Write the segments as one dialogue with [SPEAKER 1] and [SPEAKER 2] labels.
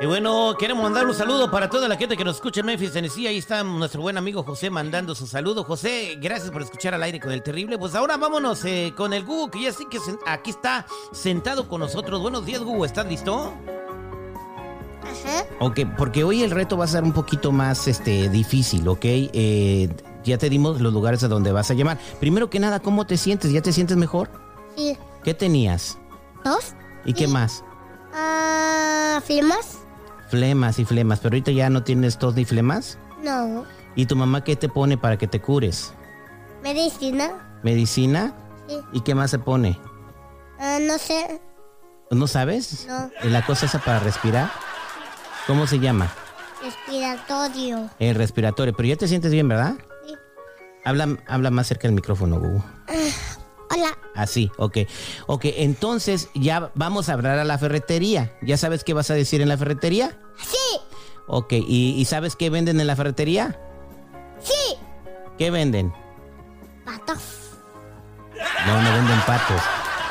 [SPEAKER 1] Y bueno, queremos mandar un saludo para toda la gente que nos escucha en Memphis, Tennessee. Ahí está nuestro buen amigo José mandando su saludo. José, gracias por escuchar al aire con el terrible. Pues ahora vámonos eh, con el Gugu, que ya sí que sen- aquí está sentado con nosotros. Buenos días, Gugu. ¿Estás listo?
[SPEAKER 2] Ajá.
[SPEAKER 1] Ok, porque hoy el reto va a ser un poquito más este, difícil, ¿ok? Eh, ya te dimos los lugares a donde vas a llamar. Primero que nada, ¿cómo te sientes? ¿Ya te sientes mejor?
[SPEAKER 2] Sí.
[SPEAKER 1] ¿Qué tenías?
[SPEAKER 2] ¿Dos?
[SPEAKER 1] ¿Y qué
[SPEAKER 2] Sí.
[SPEAKER 1] más?
[SPEAKER 2] Ah, ¿Filmas?
[SPEAKER 1] Flemas y flemas, pero ahorita ya no tienes tos ni flemas.
[SPEAKER 2] No.
[SPEAKER 1] ¿Y tu mamá qué te pone para que te cures?
[SPEAKER 2] ¿Medicina?
[SPEAKER 1] ¿Medicina?
[SPEAKER 2] Sí.
[SPEAKER 1] ¿Y qué más se pone?
[SPEAKER 2] Ah, no sé.
[SPEAKER 1] ¿No sabes?
[SPEAKER 2] No.
[SPEAKER 1] La cosa esa para respirar. ¿Cómo se llama?
[SPEAKER 2] Respiratorio.
[SPEAKER 1] El respiratorio. Pero ya te sientes bien, ¿verdad?
[SPEAKER 2] Sí.
[SPEAKER 1] Habla, habla más cerca del micrófono, Gugu.
[SPEAKER 2] Hola.
[SPEAKER 1] Así, ok. Ok, entonces ya vamos a hablar a la ferretería. ¿Ya sabes qué vas a decir en la ferretería?
[SPEAKER 2] Sí.
[SPEAKER 1] Ok, ¿y, y sabes qué venden en la ferretería?
[SPEAKER 2] Sí.
[SPEAKER 1] ¿Qué venden?
[SPEAKER 2] Patos.
[SPEAKER 1] No, no venden patos.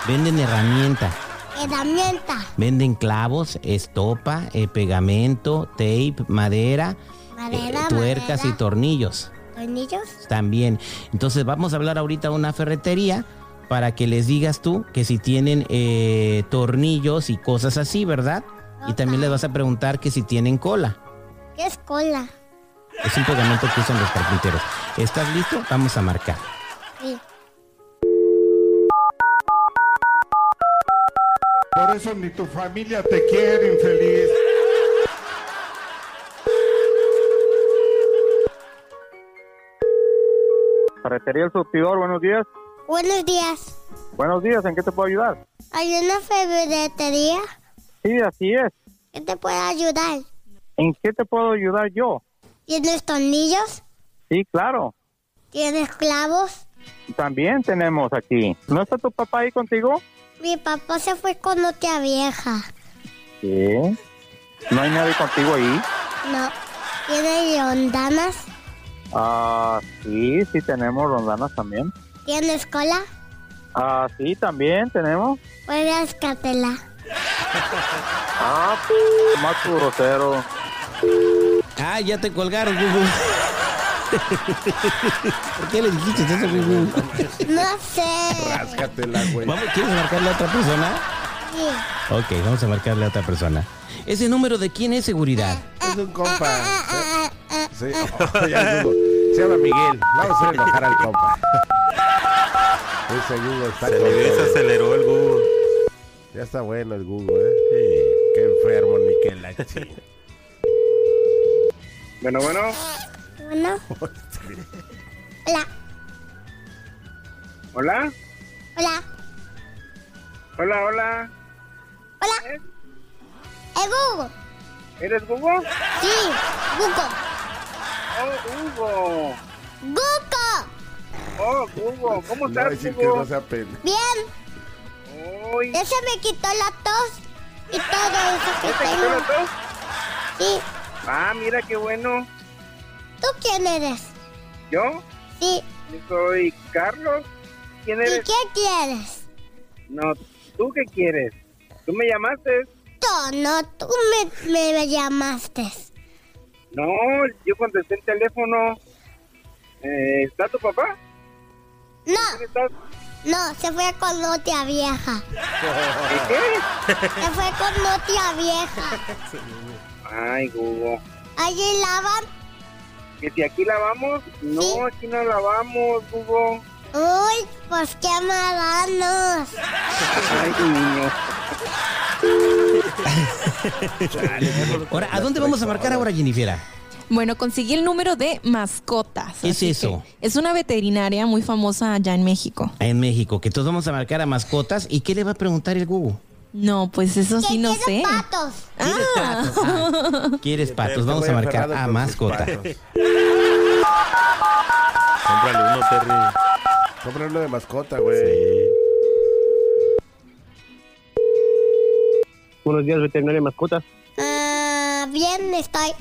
[SPEAKER 1] Venden herramientas.
[SPEAKER 2] Herramienta.
[SPEAKER 1] Venden clavos, estopa, eh, pegamento, tape, madera, eh,
[SPEAKER 2] Madera,
[SPEAKER 1] tuercas
[SPEAKER 2] madera.
[SPEAKER 1] y tornillos
[SPEAKER 2] ¿Tornillos?
[SPEAKER 1] también. Entonces vamos a hablar ahorita a una ferretería para que les digas tú que si tienen eh, tornillos y cosas así, ¿verdad? Y también les vas a preguntar que si tienen cola.
[SPEAKER 2] ¿Qué es cola?
[SPEAKER 1] Es un pegamento que usan los carpinteros. ¿Estás listo? Vamos a marcar.
[SPEAKER 2] Sí.
[SPEAKER 3] Por eso ni tu familia te quiere, infeliz.
[SPEAKER 4] Ferretería El Surtidor, buenos días.
[SPEAKER 2] Buenos días.
[SPEAKER 4] Buenos días, ¿en qué te puedo ayudar?
[SPEAKER 2] ¿Hay una ferretería?
[SPEAKER 4] Sí, así es.
[SPEAKER 2] ¿Qué te puede ayudar?
[SPEAKER 4] ¿En qué te puedo ayudar yo?
[SPEAKER 2] ¿Tienes tornillos?
[SPEAKER 4] Sí, claro.
[SPEAKER 2] ¿Tienes clavos?
[SPEAKER 4] También tenemos aquí. ¿No está tu papá ahí contigo?
[SPEAKER 2] Mi papá se fue con otra vieja.
[SPEAKER 4] Sí. ¿No hay nadie contigo ahí?
[SPEAKER 2] No. ¿Tienes rondanas?
[SPEAKER 4] Ah, sí, sí tenemos rondanas también.
[SPEAKER 2] ¿Tienes cola?
[SPEAKER 4] Ah, sí, también tenemos.
[SPEAKER 2] Puedes rascártela.
[SPEAKER 4] Ah, más tu grosero.
[SPEAKER 1] Ah, ya te colgaron, Gugu. ¿Por qué le dijiste eso, Gugu?
[SPEAKER 2] No sé.
[SPEAKER 3] Ráscatela, güey.
[SPEAKER 1] Vamos, ¿Quieres marcarle a otra persona?
[SPEAKER 2] Sí.
[SPEAKER 1] Ok, vamos a marcarle a otra persona. ¿Ese número de quién es seguridad?
[SPEAKER 3] Es un compa.
[SPEAKER 2] Ah, ah, ah.
[SPEAKER 3] Sí. Oh, ya es Hugo. Se llama Miguel. Vamos a hacer enojar al compa. Ese Hugo está
[SPEAKER 5] Se
[SPEAKER 3] con
[SPEAKER 5] le
[SPEAKER 3] todo.
[SPEAKER 5] desaceleró el Google.
[SPEAKER 3] Ya está bueno el Hugo, ¿eh? Qué enfermo, ni que la chingada.
[SPEAKER 4] Bueno, bueno.
[SPEAKER 2] Bueno. Hola.
[SPEAKER 4] Hola.
[SPEAKER 2] Hola.
[SPEAKER 4] Hola, hola. ¿Eh?
[SPEAKER 2] Hola. ¿Es Hugo?
[SPEAKER 4] ¿Eres Hugo?
[SPEAKER 2] Sí. Hugo.
[SPEAKER 4] Oh, Hugo.
[SPEAKER 2] ¡Guco!
[SPEAKER 4] Oh, Hugo. ¿Cómo
[SPEAKER 3] No va a decir que no sea pena.
[SPEAKER 2] Bien.
[SPEAKER 4] Uy,
[SPEAKER 2] Ese me quitó la tos y todo eso que
[SPEAKER 4] ¿ya te quitó
[SPEAKER 2] tengo.
[SPEAKER 4] la tos?
[SPEAKER 2] Sí.
[SPEAKER 4] Ah, mira qué bueno.
[SPEAKER 2] ¿Tú quién eres?
[SPEAKER 4] Yo,
[SPEAKER 2] Sí.
[SPEAKER 4] yo soy Carlos. ¿Quién
[SPEAKER 2] ¿Y
[SPEAKER 4] eres?
[SPEAKER 2] qué quieres?
[SPEAKER 4] No, ¿tú qué quieres? ¿Tú me llamaste?
[SPEAKER 2] Tú, no, tú me, me llamaste.
[SPEAKER 4] No, yo contesté el teléfono. Eh, ¿Está tu papá?
[SPEAKER 2] No,
[SPEAKER 4] ¿Dónde estás?
[SPEAKER 2] no, se fue con otra vieja.
[SPEAKER 4] ¿Qué, ¿Qué?
[SPEAKER 2] Se fue con otra vieja.
[SPEAKER 4] Ay, Hugo.
[SPEAKER 2] Allí lavan.
[SPEAKER 4] ¿Que si aquí lavamos?
[SPEAKER 2] Sí.
[SPEAKER 4] No, aquí no lavamos, Hugo.
[SPEAKER 2] Uy, pues qué marranos.
[SPEAKER 4] Ay, niño.
[SPEAKER 1] Ahora, ¿a dónde vamos a marcar ahora, Jennifer?
[SPEAKER 6] Bueno, conseguí el número de mascotas.
[SPEAKER 1] ¿Qué es
[SPEAKER 6] así que
[SPEAKER 1] eso?
[SPEAKER 6] Es una veterinaria muy famosa allá en México.
[SPEAKER 1] En México, que todos vamos a marcar a mascotas. ¿Y qué le va a preguntar el Gugu?
[SPEAKER 6] No, pues eso
[SPEAKER 2] Que
[SPEAKER 6] sí no
[SPEAKER 2] quiero
[SPEAKER 6] sé.
[SPEAKER 2] patos.
[SPEAKER 1] ¿Quieres patos? Ah, ¿Quieres patos? Vamos a
[SPEAKER 3] Voy
[SPEAKER 1] marcar
[SPEAKER 3] aferrado
[SPEAKER 1] a
[SPEAKER 3] con sus
[SPEAKER 1] mascotas.
[SPEAKER 3] patos.
[SPEAKER 5] Cómprale uno, Terry.
[SPEAKER 3] Compra uno de mascota, güey.
[SPEAKER 5] Sí.
[SPEAKER 7] Buenos días, veterinaria mascota.
[SPEAKER 2] Ah, bien, estoy.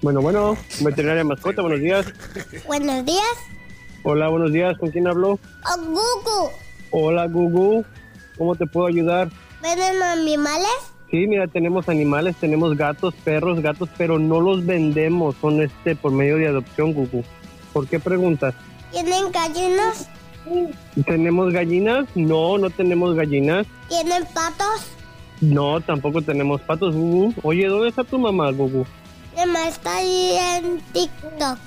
[SPEAKER 7] Bueno, bueno, veterinaria mascota, buenos días.
[SPEAKER 2] Buenos días.
[SPEAKER 7] Hola, buenos días, ¿con quién hablo?
[SPEAKER 2] Oh, Gugu,
[SPEAKER 7] Hola, Gugu. ¿Cómo te puedo ayudar?
[SPEAKER 2] ¿venden animales?
[SPEAKER 7] Sí, mira, tenemos animales, tenemos gatos, perros, gatos, pero no los vendemos, son este por medio de adopción, Gugu. ¿Por qué preguntas?
[SPEAKER 2] ¿Tienen gallinas?
[SPEAKER 7] ¿Tenemos gallinas? No, no tenemos gallinas.
[SPEAKER 2] ¿Tienen patos?
[SPEAKER 7] No, tampoco tenemos patos, Gugu. Oye, ¿dónde está tu mamá, Gugu?
[SPEAKER 2] Mi mamá está ahí en TikTok.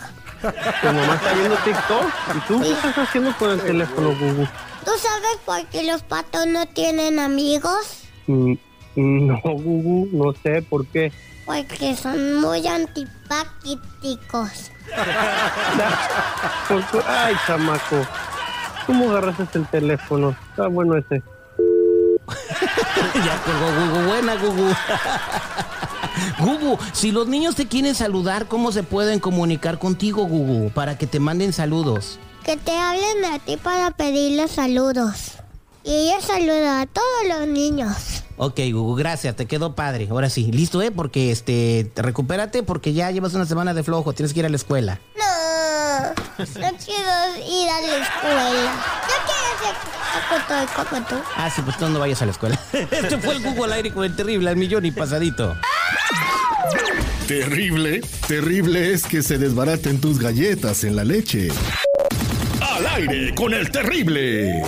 [SPEAKER 7] ¿Tu mamá está viendo TikTok? ¿Y tú qué estás haciendo con el teléfono, Gugu?
[SPEAKER 2] ¿Tú sabes por qué los patos no tienen amigos?
[SPEAKER 7] Mm, mm, No, Gugu, no sé por qué.
[SPEAKER 2] Porque Pues son muy antipáticos.
[SPEAKER 7] Por tu- Ay, chamaco. ¿Cómo agarraste el teléfono? Está bueno ese.
[SPEAKER 1] ya colgó Gugu. Buena, Gugu. Gugu, si los niños te quieren saludar, ¿cómo se pueden comunicar contigo, Gugu? Para que te manden saludos.
[SPEAKER 2] Que te hablen de ti para pedirle saludos. Y ella saluda a todos los niños.
[SPEAKER 1] Ok, Gugu, gracias, te quedó padre. Ahora sí, listo, ¿eh? Porque, este, recupérate porque ya llevas una semana de flojo, tienes que ir a la escuela.
[SPEAKER 2] No, no quiero ir a la escuela. Yo quiero ser como tú, como tú.
[SPEAKER 1] Ah, sí, pues tú no vayas a la escuela. este fue el Gugu al aire con el terrible, al millón y pasadito.
[SPEAKER 8] Terrible, terrible es que se desbaraten tus galletas en la leche. Al aire con el terrible.